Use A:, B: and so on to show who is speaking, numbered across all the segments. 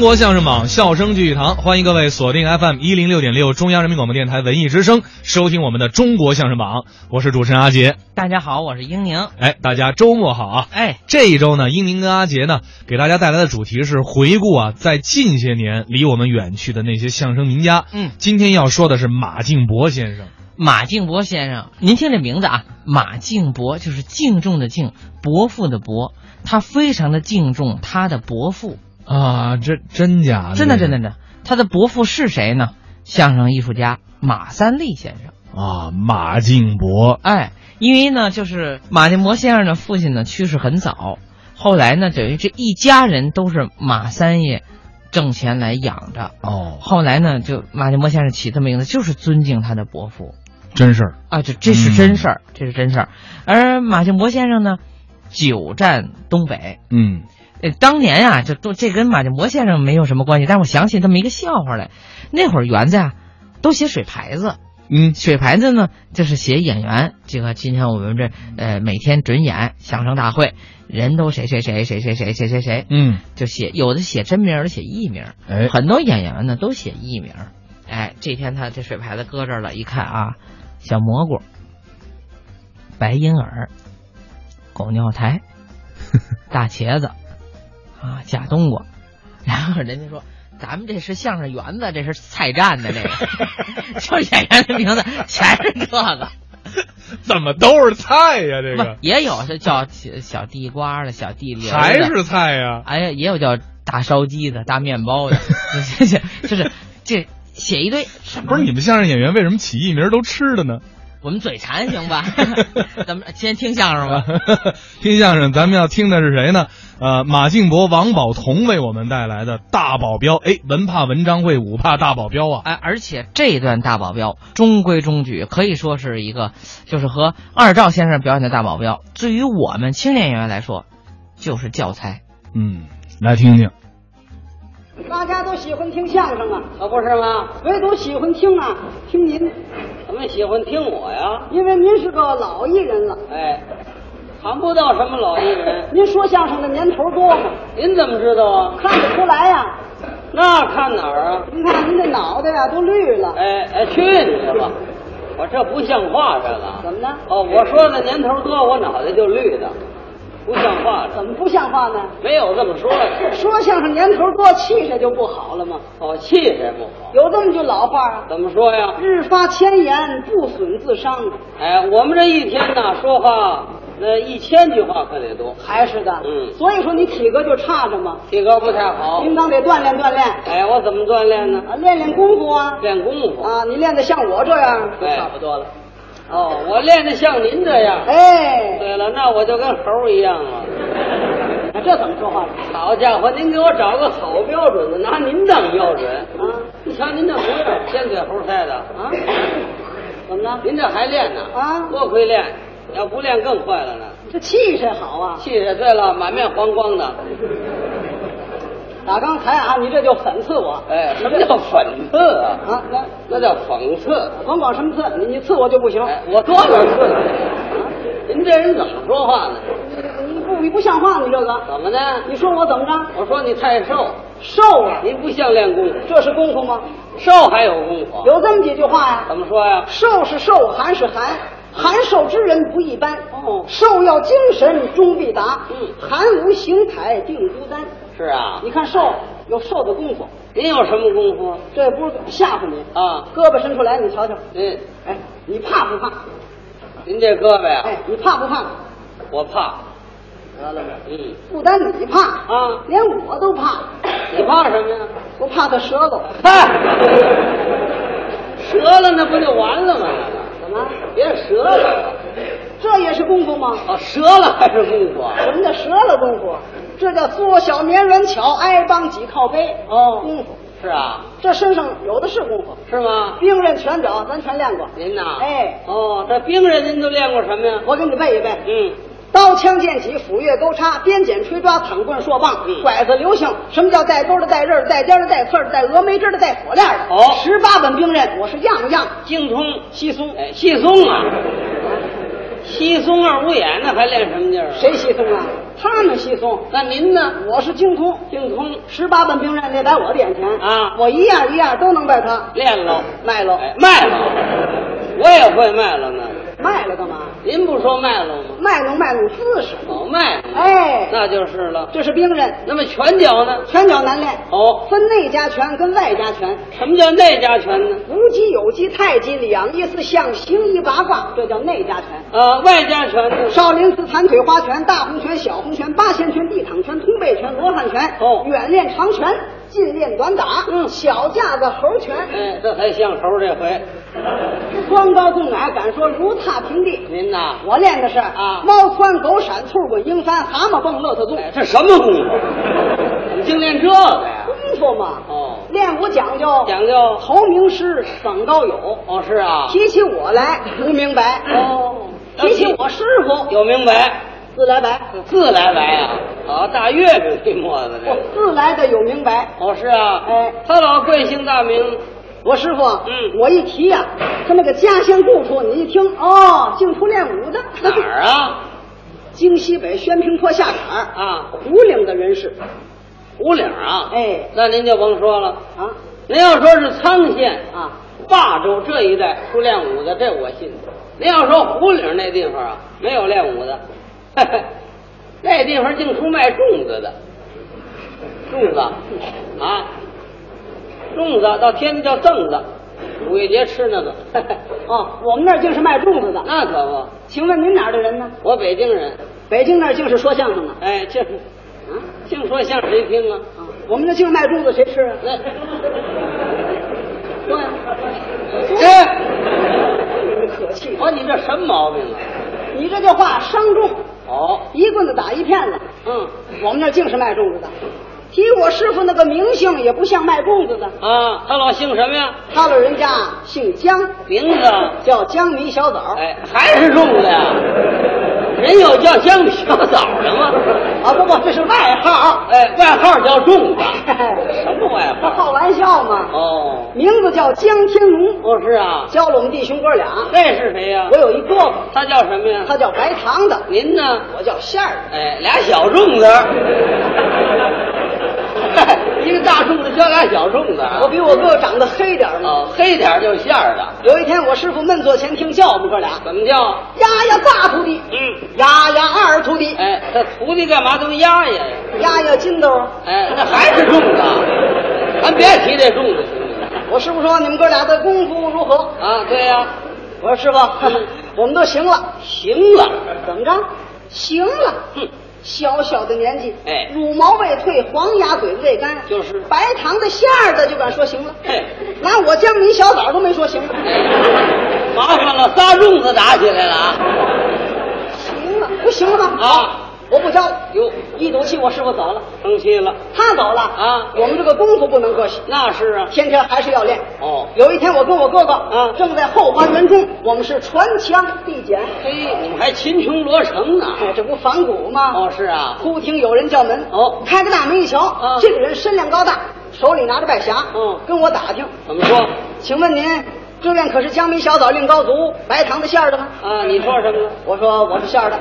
A: 国相声榜，笑声聚一堂，欢迎各位锁定 FM 一零六点六中央人民广播电台文艺之声，收听我们的中国相声榜。我是主持人阿杰。
B: 大家好，我是英宁。
A: 哎，大家周末好啊！
B: 哎，
A: 这一周呢，英宁跟阿杰呢，给大家带来的主题是回顾啊，在近些年离我们远去的那些相声名家。
B: 嗯
A: 今天要说的是马敬伯先生。
B: 马敬伯先生，您听这名字啊，马敬伯就是敬重的敬，伯父的伯，他非常的敬重他的伯父，
A: 啊，这真假的？
B: 真的真的真的。他的伯父是谁呢？相声艺术家马三立先生。
A: 啊！马敬伯，
B: 哎，因为呢，就是马敬伯先生的父亲呢去世很早，后来呢，等于这一家人都是马三爷挣钱来养着。
A: 哦，
B: 后来呢，就马敬伯先生起这名字，就是尊敬他的伯父。
A: 真事儿。
B: 啊，这这是真事儿，这是真事儿。而马敬伯先生呢，久战东北。
A: 嗯，
B: 呃，当年啊，这都这跟马敬伯先生没有什么关系，但我想起这么一个笑话来。那会儿园子呀、都写水牌子，
A: 嗯，
B: 水牌子呢就是写演员。这个今天我们这呃每天准演相声大会，人都谁谁谁谁谁谁谁谁谁，
A: 嗯，
B: 就写有的写真名，有的写艺名。
A: 哎，
B: 很多演员呢都写艺名儿。哎，这天他这水牌子搁这儿了，一看啊，小蘑菇、白银耳、狗尿苔、 大茄子啊、假冬瓜。 然后人家说。咱们这是相声园子，这是菜站的，这个就是演员的名字全是这个，
A: 怎么都是菜呀、这
B: 不
A: 个
B: 也有是叫小小地瓜的、小地溜儿的，
A: 还是菜呀、
B: 哎呀，也有叫大烧鸡的、大面包的， 就是就是这写一堆什么？
A: 不是你们相声演员为什么起艺名都吃的呢？
B: 我们嘴馋行吧？咱们先听相声吧。
A: 听相声，咱们要听的是谁呢？呃，马敬伯、王宝同为我们带来的大保镖。哎，文怕文章会，武怕大保镖啊！
B: 哎，而且这一段大保镖中规中矩，可以说是一个，就是和二赵先生表演的大保镖，对于我们青年演员来说，就是教材。
A: 嗯，来听听。
C: 大家都喜欢听相声啊，可不是吗？唯独喜欢听啊，听您，
D: 他们喜欢听我呀？
C: 因为您是个老艺人了。
D: 哎，谈不到什么老艺人，
C: 您说相声的年头多吗？
D: 您怎么知道啊？
C: 看得出来呀、
D: 那看哪儿啊？
C: 您看您这脑袋啊呀、都绿了，
D: 哎哎，去你的吧！我这不像话这个。
C: 怎么呢？
D: 哦，我说的年头多，我脑袋就绿的，不像话这
C: 怎么不像话呢？
D: 没有这么说的。
C: 说相声年头多，气质就不好了吗？
D: 哦，气质不好。
C: 有这么句老话啊，
D: 怎么说呀？
C: 日发千言，不损自伤。
D: 哎，我们这一天呐，说话那一千句话可得多，
C: 还是的，
D: 嗯哦
C: 所以说你体格就差着嘛，
D: 体格不太好。
C: 应当得锻炼锻炼，
D: 哎，我怎么锻炼呢？
C: 啊，练练功夫啊，
D: 练功夫。
C: 啊，你练得像我这样就
D: 哎
C: 差不多了。
D: 哦，我练的像您这样。
C: 哎，
D: 对了，那我就跟猴儿一样了。
C: 这怎么说话呢？
D: 好家伙，您给我找个好标准的，拿您当标准啊！你瞧您这模样，尖嘴猴腮的啊！怎么了？您这还练呢？
C: 啊
D: 多亏练，要不练更坏了呢。
C: 这气势好啊！
D: 气质对了，满面黄光的。
C: 打刚才啊，你这就讽刺我
D: 哎，什么叫讽刺啊？
C: 啊！那
D: 那叫讽刺。
C: 甭管什么刺，你你刺我就不行。
D: 哎，我多少次了？啊您这人怎么说话呢？
C: 你不你不像话，你这个，
D: 怎么呢？
C: 你说我怎么着？
D: 我说你太瘦，
C: 瘦了，
D: 您不像练功夫，
C: 这是功夫吗？
D: 瘦还有功夫。啊
C: 有这么几句话呀：
D: 怎么说呀？
C: 瘦是瘦，寒是寒，寒瘦之人不一般。
D: 哦
C: 瘦要精神，终必达。
D: 嗯
C: 寒无形态定孤单。
D: 是啊，
C: 你看瘦有瘦的功夫，
D: 您有什么功夫
C: 这不是吓唬你，
D: 啊？
C: 胳膊伸出来，你瞧瞧。
D: 您
C: 哎，你怕不怕？
D: 您这胳膊呀，
C: 哎，你怕不怕？
D: 我怕。
C: 得了吧。
D: 嗯，
C: 不单你怕
D: 啊
C: 连我都怕，
D: 你怕什么呀？
C: 我怕他舌头。
D: 嗨，折了那不就完了吗？
C: 怎么？
D: 别折了，
C: 这也是功夫吗？
D: 哦，折了还是功夫啊？
C: 什么叫折了功夫？这叫缩小绵软巧，挨帮挤靠背。
D: 哦
C: 功夫，
D: 是啊，
C: 这身上有的是功夫，
D: 是吗？
C: 兵刃、拳脚咱全练过。
D: 您呐，
C: 哎，
D: 哦，这兵人您都练过什么呀？
C: 我给你背一背：
D: 嗯，
C: 刀枪剑戟斧钺钩叉，鞭锏锤抓躺棍槊棒，
D: 嗯
C: 拐子流星。什么叫带钩的、带刃的、带尖的、带刺儿的、带峨眉针的、带火链的？
D: 哦
C: 十八本兵刃，我是样样
D: 精通，
C: 稀松。
D: 哎，稀松啊，稀松二五眼，那还练什么劲儿啊？
C: 谁稀松啊？他们稀松。
D: 那您呢？
C: 我是精通，
D: 精通
C: 十八般兵刃列在我的眼前
D: 啊
C: 我一样一样都能拜他。
D: 练喽，
C: 卖喽，
D: 哎，卖了，我也会卖了呢。
C: 卖了干嘛？
D: 您不说卖了吗？
C: 卖弄卖弄姿势。
D: 好卖了，
C: 哎，
D: 那就是了。
C: 这是兵刃，
D: 那么拳脚呢？
C: 拳脚难练，
D: 哦，
C: 分内家拳跟外家拳。
D: 什么叫内家拳呢？
C: 无极、有极、太极、里阳一四象、形一八卦，这叫内家拳。
D: 呃，外家拳呢？
C: 少林寺弹腿花拳、大红拳、小红拳、八仙拳、地躺拳、通背拳、罗汉拳，
D: 哦
C: 远练长拳，近练短打，嗯，小架子猴拳，
D: 哎，这还像头这回。
C: 双高纵矮，敢说如踏平地。
D: 您呐，
C: 我练的是
D: 啊
C: 猫窜狗闪，兔滚鹰翻，蛤蟆蹦骆驼纵，
D: 哎，这什么功夫？怎么净练这个呀？
C: 功夫嘛。
D: 哦，
C: 练武讲究
D: 讲究
C: 头名师，嗓高友。
D: 哦，是啊，
C: 提起我来不明白，
D: 哦
C: 提起我嗯师傅
D: 有明白，
C: 自来白，哦
D: 自来白啊，好大月饼这沫子这。
C: 自来的有明白。
D: 哦，是啊，
C: 哎，
D: 他老贵姓大名？
C: 我师傅，
D: 嗯
C: 我一提呀、他那个家乡故处，你一听哦，净出练武的，
D: 哪儿啊？
C: 京西北宣平坡下坎儿，
D: 啊，
C: 胡岭的人士
D: 五岭啊。
C: 哎
D: 那您就甭说了，
C: 啊
D: 您要说是沧县、
C: 啊，
D: 霸州这一带出练武的，这我信。您要说胡岭那地方啊，没有练武的， 嘿嘿，那地方净出卖粽子的，粽子啊，粽子到天津叫粽子，五一节吃那个。 嘿嘿
C: 哦，我们那儿竟是卖粽子的。
D: 那可不，
C: 请问您哪儿的人呢？
D: 我北京人，
C: 北京那儿竟是说相声的
D: 哎，净
C: 啊
D: 净说相声谁听啊？
C: 啊，我们那净是卖粽子，谁吃啊？
D: 那
C: 说呀，
D: 哎，
C: 你们 可气了，
D: 我你这什么毛病啊？
C: 你这叫话伤重，
D: 哦，
C: 一棍子打一片子。
D: 嗯
C: 我们那儿净是卖粽子的。提我师傅那个名姓也不像卖粽子的，
D: 啊，他老姓什么呀？
C: 他老人家姓姜，
D: 名字啊，
C: 叫姜米小枣。
D: 哎，还是粽子呀？人有叫姜米小枣的吗？
C: 啊，不不，这是外号。
D: 哎，外号叫粽子，什么外
C: 他
D: 号？
C: 好玩笑嘛，
D: 哦，
C: 名字叫姜天龙，
D: 不是啊，
C: 教了我们弟兄哥俩。
D: 那是谁呀
C: 我？有一哥哥，
D: 他叫什么呀？
C: 他叫白糖的，
D: 您呢？
C: 我叫馅儿的。
D: 哎，俩小粽子， 一个大粽子挑俩小粽子啊。
C: 我比我哥哥长得黑点儿嘛。
D: 哦，黑点儿就馅儿的，
C: 有一天，我师傅闷坐前厅叫我们哥俩：
D: 怎么叫？
C: 丫丫大徒弟，
D: 嗯，
C: 丫丫二徒弟，
D: 哎，这徒弟干嘛都压呀？
C: 丫丫金豆。
D: 哎，那还是粽子，咱别提这粽子兄弟
C: 我师傅说：“你们哥俩的功夫如何？”
D: 啊，对呀、
C: 我说师傅，
D: 嗯
C: 我们都行了，
D: 行了，
C: 怎么着？行了，
D: 哼，
C: 小小的年纪，
D: 嗯哎
C: 乳毛未退，黄牙嘴子未干，
D: 就是
C: 白糖的馅儿的就敢说行了，
D: 嘿，
C: 拿我姜米小枣都没说行了，
D: 哎麻烦了，仨粽子打起来了啊！
C: 行了，不行了吧？
D: 啊，
C: 我不教了，
D: 哟，
C: 一赌气，我师傅走了，
D: 生气了，
C: 他走了
D: 啊
C: 我们这个功夫不能搁弃，
D: 那是啊，
C: 天天还是要练。
D: 哦，
C: 有一天，我跟我哥哥
D: 啊
C: 正在后花园中，我们是传枪递减，
D: 嘿，你们还秦琼罗成呢？
C: 哎，这不仿古吗？
D: 哦，是啊，
C: 忽听有人叫门，
D: 哦
C: 开开大门一瞧，
D: 啊
C: 这个人身量高大，手里拿着拜匣，
D: 嗯
C: 跟我打听，
D: 怎么说？
C: 请问您这院可是江米小枣令高足白糖的馅儿的吗？
D: 啊，你说什么了？
C: 我说我是馅儿 的，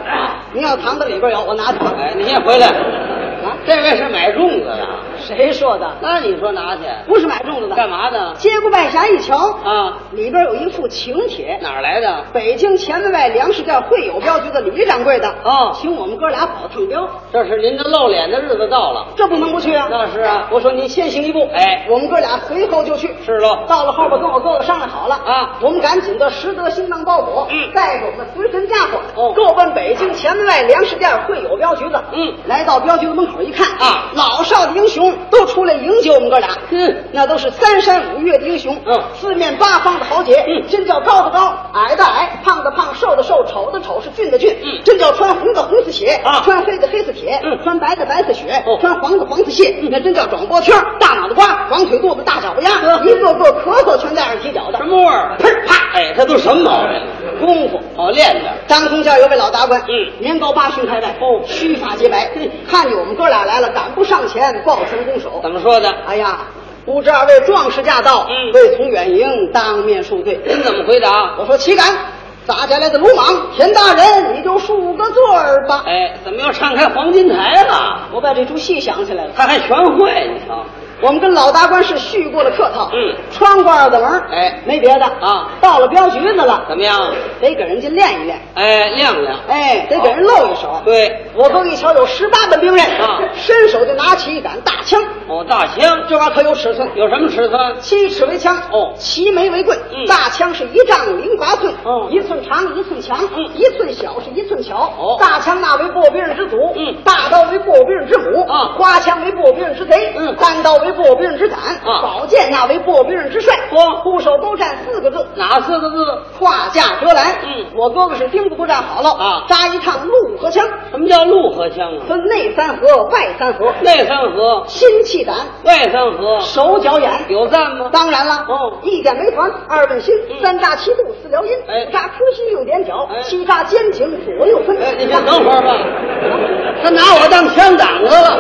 C: 您要糖的里边有，我拿去吧。
D: 哎，你先回来，
C: 啊，
D: 这位是买粽子的。
C: 谁说的？
D: 那你说拿去
C: 不是买粽子的，
D: 干？嘛呢？
C: 接过拜匣一瞧，
D: 啊，
C: 里边有一副请帖，
D: 哪儿来的？
C: 北京前门外粮食店会友镖局的李掌柜的，
D: 哦
C: 请我们哥俩跑趟镖，
D: 这是您的露脸的日子到了。
C: 这不能不去啊。
D: 那是啊，
C: 我说您先行一步，
D: 哎
C: 我们哥俩随后就去。
D: 是喽。
C: 到了后边跟我哥哥商量好了
D: 啊
C: 我们赶紧的拾得新当包裹，
D: 嗯
C: 带着我们随身家伙，
D: 哦
C: 够奔北京前门外粮食店会友镖局子，
D: 嗯
C: 来到镖局的门口一看
D: 啊
C: 老少的英雄都出来迎接我们哥俩，
D: 嗯，
C: 那都是三山五岳的英雄，
D: 嗯
C: 四面八方的豪杰，
D: 嗯
C: 真叫高的高，矮的矮，胖的胖，瘦的瘦，丑的丑，是俊的俊，
D: 嗯
C: 真叫穿红的红丝鞋
D: 啊
C: 穿黑的黑丝铁，
D: 嗯
C: 穿白的白丝雪，
D: 哦
C: 穿黄的黄丝蟹，那真叫转锅圈儿，大脑袋瓜，黄腿肚子，大脚巴丫，一个个咳嗽全带上踢脚的
D: 什，么味儿？
C: 砰啪
D: 哎，他都什么毛病？
C: 功夫。
D: 好练的。
C: 张通校有位老达官，
D: 嗯
C: 年高八旬开外，
D: 哦
C: 须发皆白，看见我们哥俩来了，赶不上前，抱拳拱手。
D: 怎么说的？
C: 哎呀，不知二位壮士驾到，
D: 嗯
C: 未从远迎，当面恕罪。
D: 您怎么回答？
C: 我说岂敢，打下来的鲁莽，田大人，你就竖个座儿吧。
D: 哎，怎么又上开黄金台了？
C: 我把这出戏想起来了，
D: 他还全会，你瞧，
C: 我们跟老大官是续过了客套，
D: 嗯
C: 穿过二道门儿，
D: 哎
C: 没别的
D: 啊
C: 到了镖局子了，
D: 怎么样？
C: 得给人家练一练，
D: 哎，亮亮，
C: 哎，得给人露一手。，
D: 对，
C: 我刚一瞧有十八本兵刃
D: 啊
C: 伸手就拿起一杆大枪，
D: 哦，大枪，
C: 这玩意儿可有尺寸，
D: 有什么尺寸？
C: 七尺为枪，
D: 哦
C: 齐眉为棍，
D: 嗯
C: 大枪是一丈零八寸，
D: 哦
C: 一寸长一寸强，
D: 嗯
C: 一寸小是一寸巧，
D: 哦
C: 大枪那为薄兵之祖，
D: 嗯
C: 大刀为薄兵之母，
D: 啊
C: 花枪为薄兵之贼，
D: 嗯
C: 单刀为薄兵之胆，
D: 啊
C: 宝剑那为薄兵之帅，
D: 嚯
C: 护手勾战四个字。
D: 哪四个字？
C: 胯下折兰，
D: 嗯
C: 我哥哥是钉子步战好了
D: 啊
C: 扎一趟陆河枪，
D: 什么叫陆河枪啊？
C: 分内三合外三合，
D: 内三合，
C: 心气胆，
D: 外三合，
C: 手脚眼，
D: 有赞吗？
C: 当然了，
D: 哦
C: 一点眉环，二问心，
D: 嗯
C: 三大七度，四撩阴，
D: 哎
C: 五炸出息，六点脚，
D: 哎
C: 七炸肩颈，左右分。
D: 哎，您先等会儿吧，他拿我当枪挡子了。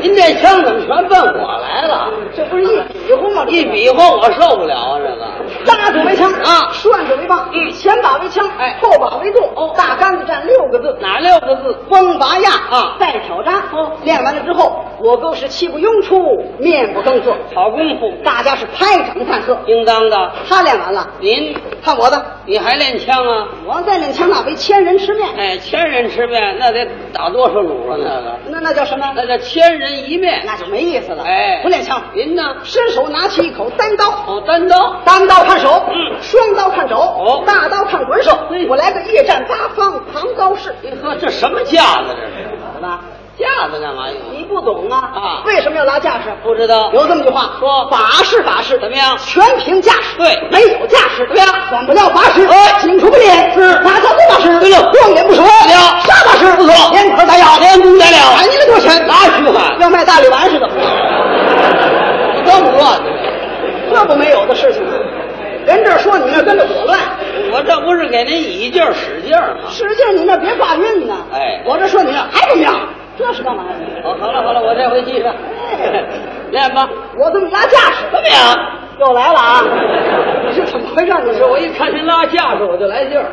D: 您这枪怎么全奔我来了？
C: 这不是一比划吗？
D: 一比划我受不了啊！这个
C: 扎住为枪
D: 啊
C: 涮住为棒，
D: 嗯
C: 前把为枪，
D: 哎
C: 后把为舵，
D: 哦
C: 大杆子占六个字。
D: 哪六个字？
C: 光拔压
D: 啊
C: 带挑扎，
D: 哦
C: 练完了之后，我更是气不拥出，面不更色，
D: 好功夫，
C: 大家是拍掌叹贺。
D: 应当的。
C: 他练完了，
D: 您
C: 看我的，
D: 你还练枪啊？
C: 我再练枪那为千人吃面，
D: 哎，千人吃面那得打多少卤啊？那个
C: 那那叫什么？
D: 那叫千人一面。
C: 那就没意思了。
D: 哎，
C: 不练枪，
D: 您呢？
C: 伸手拿起一口单刀，
D: 哦，单刀。
C: 单刀看手，
D: 嗯
C: 双刀看肘，
D: 哦嗯
C: 大刀看滚手
D: 嘿，
C: 我来个夜战八方唐高式，
D: 您喝这什么架子？这是
C: 怎么了？
D: 架子干嘛用？
C: 你不懂啊？
D: 啊
C: 为什么要拿架势？
D: 不知道。
C: 有这么句话
D: 说
C: 法式法式
D: 怎么样
C: 全凭架势。
D: 对
C: 没有架势，
D: 对呀
C: 管不了法式，
D: 哎
C: 紧出不练是拿刀不把式，
D: 对了
C: 撞脸不熟，
D: 对了
C: 杀把式
D: 不错
C: 连壳带咬，
D: 连壳带咬
C: 哎，你那多少钱？
D: 拿去吧
C: 要卖大力丸是怎么着？
D: 这么乱
C: 啊
D: 的，
C: 这不没有的事情吗？人这儿说你那儿跟着我乱，
D: 我这不是给您以劲儿使劲儿吗？
C: 使劲儿你那儿别挂晕呢。
D: 哎
C: 我这说你那儿还怎么样？这是干嘛呀？哎
D: 哦，好了好了，我这回记上，练吧。
C: 我这么拉架势，
D: 怎么样？
C: 又来了啊！你是怎么回事？你
D: 这
C: 说
D: 我
C: 我
D: 一看您拉架势，我就来劲儿，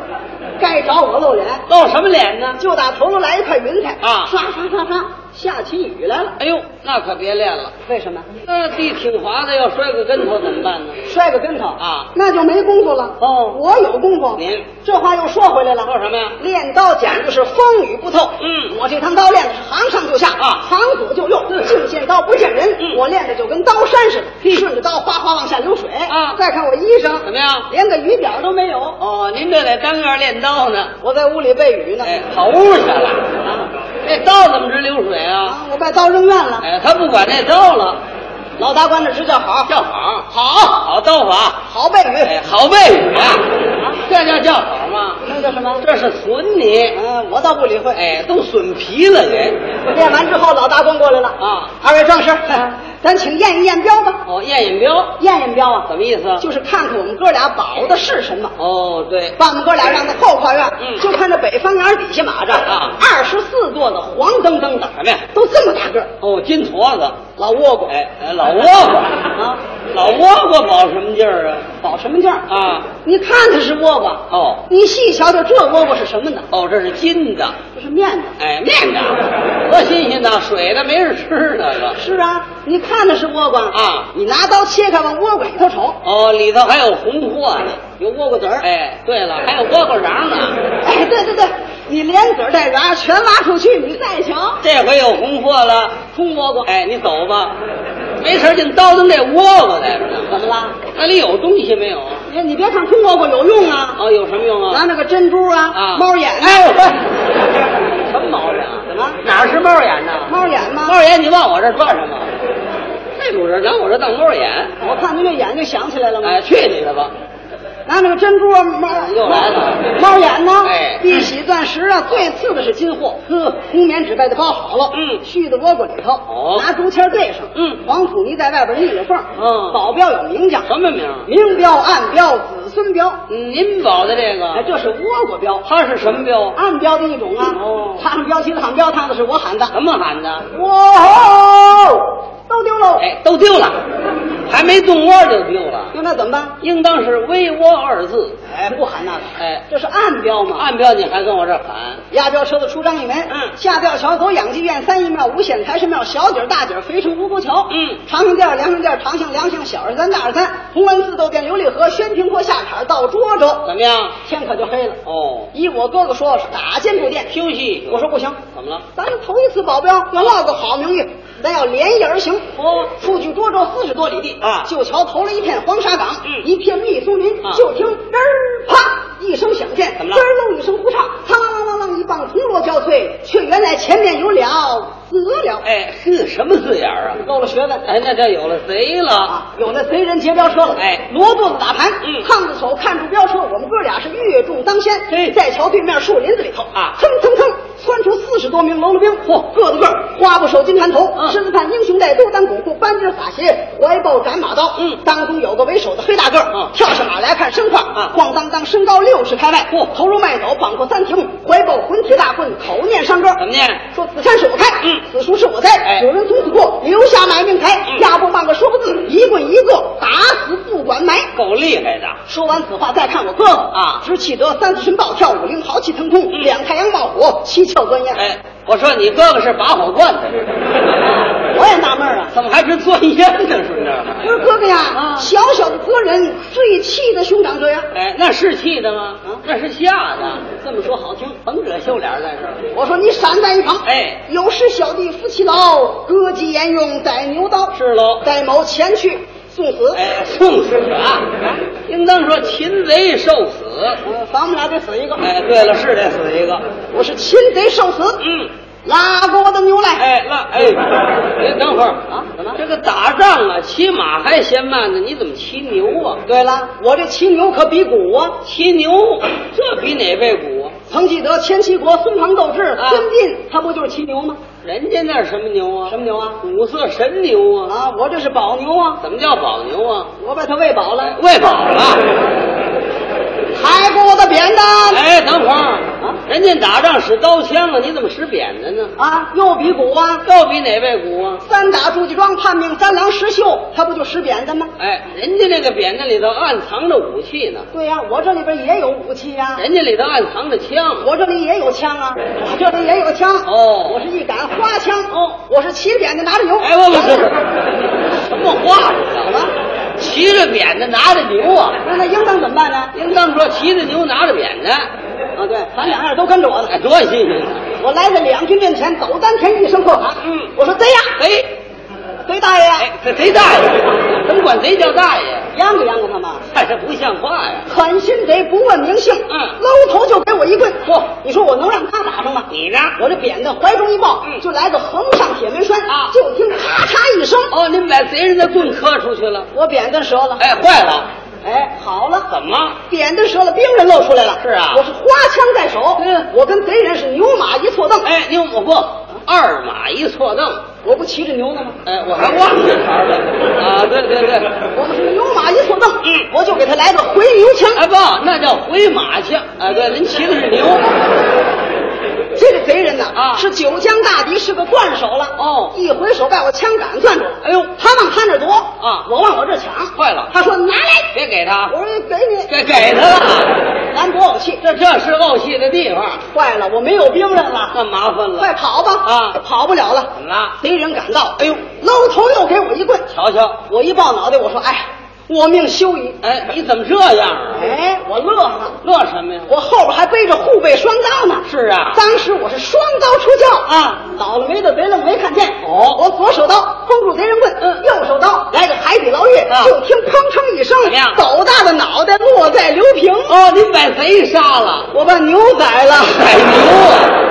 C: 该找我露脸，
D: 露什么脸呢？
C: 就打头颅来一块云彩
D: 啊
C: 刷刷刷刷，下起雨来了。
D: 哎呦，那可别练了，
C: 为什么？
D: 那地挺滑的，要摔个跟头怎么办呢？
C: 摔个跟头
D: 啊
C: 那就没功夫了。
D: 哦
C: 我有功夫。
D: 您
C: 这话又说回来了，
D: 说什么呀
C: 练刀讲究是风雨不透。
D: 嗯
C: 我这趟刀练的是行上就下
D: 啊
C: 行左就右，净见刀不见人。
D: 嗯
C: 我练的就跟刀山似的，顺着刀哗哗往下流水。
D: 啊
C: 再看我衣裳
D: 怎么样
C: 连个雨点儿都没有。
D: 哦，您这得单个练刀呢。
C: 我在屋里背雨呢。
D: 哎，跑屋去了。啊这刀怎么直流水啊？
C: 啊，我把刀扔院了。
D: 哎，他不管那刀了，
C: 老大官的直叫好，
D: 叫好，好，好刀法，
C: 好背雨。
D: 哎，好背雨啊，这叫叫好吗？
C: 那叫什么？
D: 这是损你，
C: 嗯，我倒不理会。
D: 哎，都损皮了人。
C: 练完之后，老大官过来了
D: 啊！
C: 二位壮士，咱请验一验标吧。
D: 哦，验眼标
C: 验验标啊，
D: 怎么意思啊？
C: 就是看看我们哥俩保的是什么。
D: 哦，对，
C: 把我们哥俩让到后花院，
D: 嗯
C: 啊就看这北方眼底下马着
D: 啊
C: 二十四垛的黄澄澄的，
D: 什么呀？
C: 都这么大个儿，
D: 哦，金矬子，
C: 老倭瓜，
D: 哎，哎老倭瓜
C: 啊，
D: 老倭瓜保什么劲儿啊？
C: 保什么劲儿？
D: 啊，
C: 你看他是倭瓜，
D: 哦，
C: 你细瞧瞧这倭瓜是什么呢？
D: 哦，这是金的，
C: 这是面子。
D: 哎，面的，多新鲜呐，水的没人吃那个。
C: 是啊，你看的是倭瓜
D: 啊
C: 你拿刀切开往倭瓜里头瞅，
D: 哦，里头还有红货呢，有倭瓜子儿。哎，对了，还有倭瓜瓤呢。
C: 哎，对对对，你连籽儿带瓤全挖出去，你再瞧，
D: 这回有红货了，空倭瓜。哎，你走吧，没事儿净叨叨这倭瓜来着呢。
C: 怎么了？
D: 那里有东西没有？啊
C: 哎，你别看空倭瓜有用啊，
D: 哦，有什么用
C: 拿
D: 啊？
C: 那个珍珠啊、
D: 啊，
C: 猫眼啊，
D: 哎，我什么毛眼啊？
C: 怎么
D: 哪是猫眼呢？
C: 猫眼 吗？
D: 猫眼，你往我这转什么？这主人拿我这当猫眼？
C: 我看您这眼睛想起来了吗？
D: 哎，去你的吧！
C: 拿那个珍珠啊，猫
D: 又来了
C: 猫眼呢？
D: 哎
C: 碧玺钻石啊，最次的是金货，呵，红棉纸被子包好了，
D: 嗯
C: 絮到倭瓜里头，
D: 哦
C: 拿竹签对上，
D: 嗯
C: 黄土泥在外边立着缝，
D: 嗯
C: 保镖有名将，
D: 什么名儿？
C: 明标、暗标、子孙标，
D: 您保的这
C: 哎，
D: 个，
C: 这是倭瓜标，
D: 它是什么标？
C: 暗标的一种啊。
D: 哦
C: 他们标旗喊标，唱的是我喊的。
D: 什么喊的？
C: 哇哦，都丢喽！
D: 哎哎，都丢了，还没动窝就丢了，
C: 那那怎么办？
D: 应当是微窝二字。
C: 哎，不喊那个，
D: 哎
C: 这是暗标嘛。
D: 按标你还跟我这喊，
C: 押镖车子出张义门，
D: 嗯
C: 下吊桥走养鸡院三义庙五显财神庙小底儿大底儿肥城吴沟桥，
D: 嗯
C: 长兴店梁兴店长兴梁兴小二三大二三红丸寺豆店琉璃河宣平坡下坎儿到涿州，
D: 怎么样？
C: 天可就黑了。
D: 哦，
C: 依我哥哥说是打尖不店，
D: 休息。
C: 我说不行，
D: 怎么了？
C: 咱们头一次保镖，要落个好名誉，咱要连夜而行。
D: 哦
C: 出去涿州四十多里地
D: 啊
C: 旧桥投了一片黄沙岗，
D: 嗯
C: 一片密松林，
D: 啊
C: 就听嘚儿啪一声响见，
D: 怎么了
C: 嘚儿漏一声呼哨，苍啷啷啷啷一棒铜锣交脆，却原来前面有了死了，
D: 哎，哼，什么字眼儿啊？
C: 够了学问。
D: 哎，那这有了贼了。
C: 啊，有了贼人劫镖车了，
D: 哎
C: 挪肚子打盘，
D: 嗯
C: 胖子手看住镖车，我们哥俩是越中当先，
D: 嘿
C: 在桥对面树林子里头
D: 啊
C: 蹭蹭蹭窜出四十多名喽啰兵，嚯，个子个儿花布手巾盘头，
D: 嗯
C: 身犯英雄带多裆拱裤，扳指法鞋，怀抱斩马刀，
D: 嗯
C: 当中有个为首的黑大个儿，
D: 嗯
C: 跳上马来看身况，
D: 啊
C: 晃荡荡身高六十开外，嚯，头如麦斗，膀阔三庭，怀抱浑铁大棍，口念山歌，
D: 怎么念？
C: 说此山是我开，
D: 嗯
C: 此树是我栽，
D: 哎
C: 有人从此过，留下买命财，
D: 嗯
C: 压不半个说不字，一棍一个打死不管埋。
D: 够厉害的。
C: 说完此话，再看我哥哥
D: 啊
C: 直气得三字神暴跳，五灵豪气腾空，
D: 嗯
C: 两太阳冒火，七窍钻烟。
D: 哎，我说你哥哥是拔火罐的，
C: 我也纳闷儿啊，
D: 怎么还是钻烟呢？是那
C: 我说哥哥呀，
D: 啊
C: 小小的哥人，最气的兄长这样。
D: 哎，那是气的吗？
C: 啊
D: 那是吓的。这么说好听，甭惹羞脸儿在这儿。
C: 我说你闪在一旁，
D: 哎
C: 有事小弟夫妻劳，歌姬沿用宰牛刀，
D: 是喽。
C: 戴某前去送死。
D: 哎，送死啊！应当说擒贼受死。
C: 嗯，咱们俩得死一个。
D: 哎，对了，是得死一个。
C: 我是擒贼受死。
D: 嗯，
C: 拉过我的牛来。
D: 哎，那哎，您等会儿啊，怎么？这个打仗啊，骑马还嫌慢呢，你怎么骑牛啊？
C: 对了，我这骑牛可比古啊！
D: 骑牛，这比哪位鼓啊？
C: 曾记得前齐国孙庞斗智，
D: 啊
C: 孙膑他不就是骑牛吗？
D: 人家那是什么牛啊？
C: 什么牛啊？
D: 五色神牛啊！
C: 啊，我这是宝牛啊！
D: 怎么叫宝牛啊？哎
C: 我把它喂饱了，
D: 喂饱了。
C: 还给我的扁担、
D: 哎，等会儿啊，人家打仗使刀枪啊，你怎么使扁担呢？
C: 啊，又比古啊！
D: 又比哪位鼓啊？
C: 三打祝家庄叛命三郎石秀，他不就使扁担吗？
D: 哎，人家那个扁担里头暗藏着武器呢，
C: 对呀、我这里边也有武器呀、
D: 人家里头暗藏着枪。
C: 我这里也有枪啊，我这里也有枪。
D: 哦
C: 我是一杆花枪。
D: 哦，
C: 我是骑着扁担拿着牛。
D: 哎，我我我，什么话呀？
C: 怎么了？
D: 骑着扁担，拿着牛啊！
C: 那那应当怎么办呢？
D: 应当说骑着牛，拿着扁担，
C: 啊，对，咱两样都跟着我呢。
D: 哎，多新鲜啊！
C: 我来到两军阵前，走丹田一声喝喊，
D: 嗯
C: 我说贼呀，
D: 贼，
C: 贼大爷呀，
D: 哎，这贼大爷，怎么管贼叫大爷？
C: 央个央个他妈，
D: 哎，这不像话呀！
C: 狠心贼不问名姓，
D: 嗯
C: 搂头就给我一棍，
D: 嚯
C: 你说我能让他打上吗？
D: 你呢？
C: 我这扁担怀中一抱，
D: 嗯
C: 就来个横上铁门栓
D: 啊
C: 就听咔嚓一声，
D: 哦，您把贼人的棍磕出去了。
C: 我扁担折了，
D: 哎，坏了，
C: 哎，好了，
D: 怎么？
C: 扁担折了，兵刃露出来了，
D: 是啊
C: 我是花枪在手，
D: 嗯
C: 我跟贼人是牛马一错蹬，
D: 哎，牛我不二马一错蹬。
C: 我不骑着牛呢吗？
D: 哎，我还忘了这茬儿了啊！对对对，
C: 我们是牛马一错蹬，
D: 嗯
C: 我就给他来个回牛枪，
D: 哎不，那叫回马枪。哎，对，您骑的是牛。
C: 这个贼人呐，
D: 啊
C: 是九江大敌，是个惯手了。
D: 哦
C: 一回手把我枪杆攥住了。
D: 哎呦
C: 他往他那儿夺
D: 啊
C: 我往我这儿抢。
D: 坏了
C: 他说拿来，
D: 别给他，
C: 我说给你，
D: 给给他了。
C: 咱夺武器。
D: 这这是怄气的地方，
C: 坏了，我没有兵刃了，
D: 那麻烦了。
C: 快跑吧！
D: 嗯啊
C: 跑不了了。
D: 怎么了？
C: 贼人赶到，哎呦，搂头又给我一棍。
D: 瞧瞧，
C: 我一抱脑袋，我说哎，我命休矣。
D: 哎，你怎么这样啊？
C: 哎，我乐了，
D: 乐什么呀？
C: 我后边还背着护背双刀呢。
D: 是啊，
C: 当时我是双刀出鞘啊，倒了霉的贼愣没看见。
D: 哦
C: 我左手刀封住贼人棍，
D: 嗯
C: 右手刀来个海底捞月，
D: 啊
C: 就听砰砰一声
D: 怎么样，
C: 斗大的脑袋落在刘平。
D: 哦，您把贼杀了，
C: 我把牛宰 了，
D: 宰牛啊！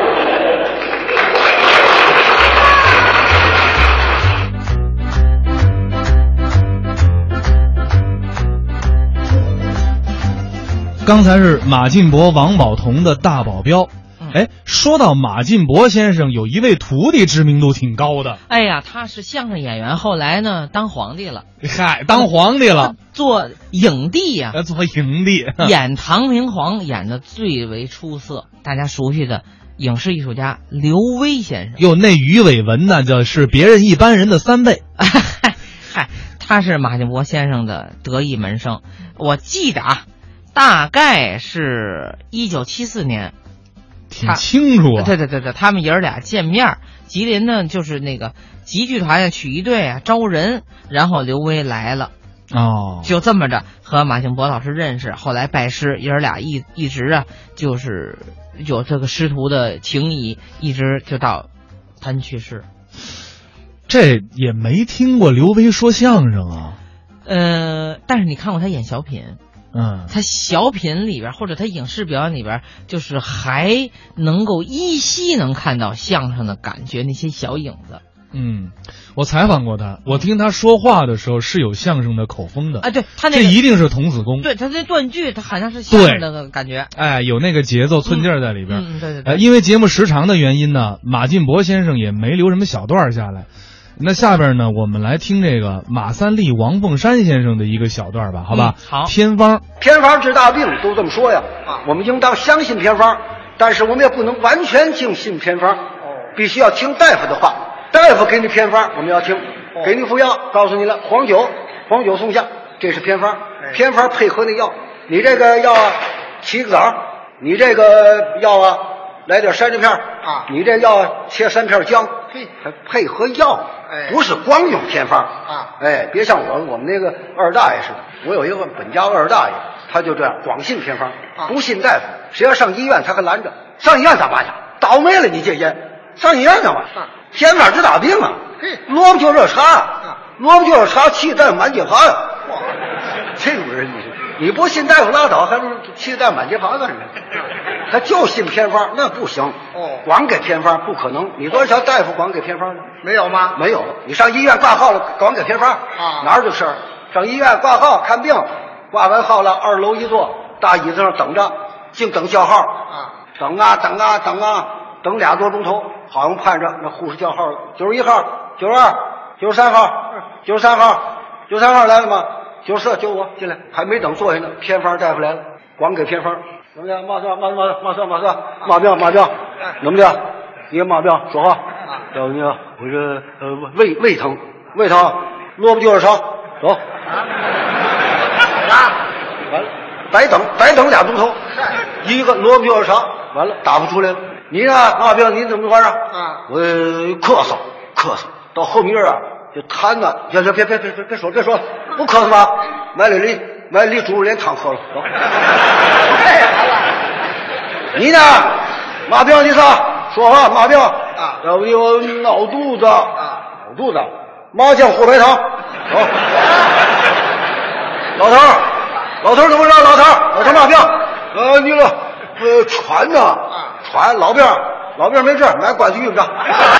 A: 刚才是马进伯、王宝同的大保镖
B: 嗯。
A: 哎，说到马进伯先生，有一位徒弟知名度挺高的，
B: 哎呀，他是相声演员，后来呢当皇帝了，
A: 嗨，当皇帝
B: 嗯
A: 了，
B: 做影帝呀、
A: 呃做影帝。
B: 演唐明皇演的最为出色，大家熟悉的影视艺术家刘威先生。
A: 哟，那鱼尾纹那就是别人一般人的三倍。
B: 嗨，他是马建国先生的得意门生。我记得啊，大概是一九七四年，
A: 挺清楚啊。
B: 对对对对，他们爷儿俩见面儿，吉林呢就是那个集剧团呀、曲艺队啊招人，然后刘威来了，
A: 哦，
B: 就这么着和马庆博老师认识，后来拜师，爷儿俩一一直啊就是有这个师徒的情谊，一直就到他们去世。
A: 这也没听过刘威说相声啊。
B: 呃，但是你看过他演小品，
A: 嗯，
B: 他小品里边儿或者他影视表演里边儿，就是还能够依稀能看到相声的感觉，那些小影子
A: 嗯，我采访过他，我听他说话的时候是有相声的口风的。
B: 啊，对他那个
A: 这一定是童子功。
B: 对他那断句，他好像是相声的感觉。
A: 哎，有那个节奏寸劲儿在里边。
B: 嗯，嗯对对
A: 呃，
B: 对，
A: 因为节目时长的原因呢，马进博先生也没留什么小段儿下来。那下边呢，我们来听这个马三立、王凤山先生的一个小段儿吧，好吧？
B: 嗯好
A: 偏方，
E: 偏方治大病都这么说呀，啊，我们应当相信偏方，但是我们也不能完全净信偏方，必须要听大夫的话，大夫给你偏方我们要听，给你服药，告诉你了，黄酒，黄酒送下，这是偏方，偏方配合那药，你这个药啊，起个枣，你这个药啊，来点山楂片啊，你这药啊切三片姜，对，还配合药，哎，不是光有偏方啊，哎，别像我我们那个二大爷似的，我有一个本家二大爷，他就这样光信偏方，不信大夫，谁要上医院他还拦着，上医院干嘛去？倒霉了你戒烟，上医院干嘛？偏方治大病啊，萝卜就热茶，萝卜就热茶，气淡满啊街爬呀。 这种人你是你不信大夫拉倒，还不如气蛋满街爬干什么？他就信偏方，那不行。哦，光给偏方不可能。你多少条大夫光给偏方呢？没有吗？没有。你上医院挂号了，光给偏方啊？哪有这事儿？上医院挂号看病，挂完号了，二楼一坐，大椅子上等着，净等叫号啊，等啊等啊等啊，等俩多钟头，好像盼着那护士叫号了，九十一号、九十二、九十三号、九十三号、九十三号来了吗？九四九五进来，还没等坐下呢，偏方大夫来了，光给偏方，怎么的？马上马上马上马上马上马上，怎么的？你马彪说话，要不你说我这呃胃胃疼，胃疼，萝卜就是烧，走。完了，白等白等俩钟头，一个萝卜就是啥，完了打不出来了。你呢，马彪，你怎么玩啊？啊，我咳嗽咳嗽，到后面啊就瘫呐，行行，别别别别别说了别说了，不咳嗽了，买了梨买梨猪肉连汤喝了， 走。你呢，马彪，你说说话，马彪啊，要不我闹肚子啊，闹肚子，麻酱火白汤，走。老头儿，老头儿怎么着？老头儿，老头儿骂病，呃，你了，呃，船呢？船老辫儿，老辫儿没事儿，买管去运着。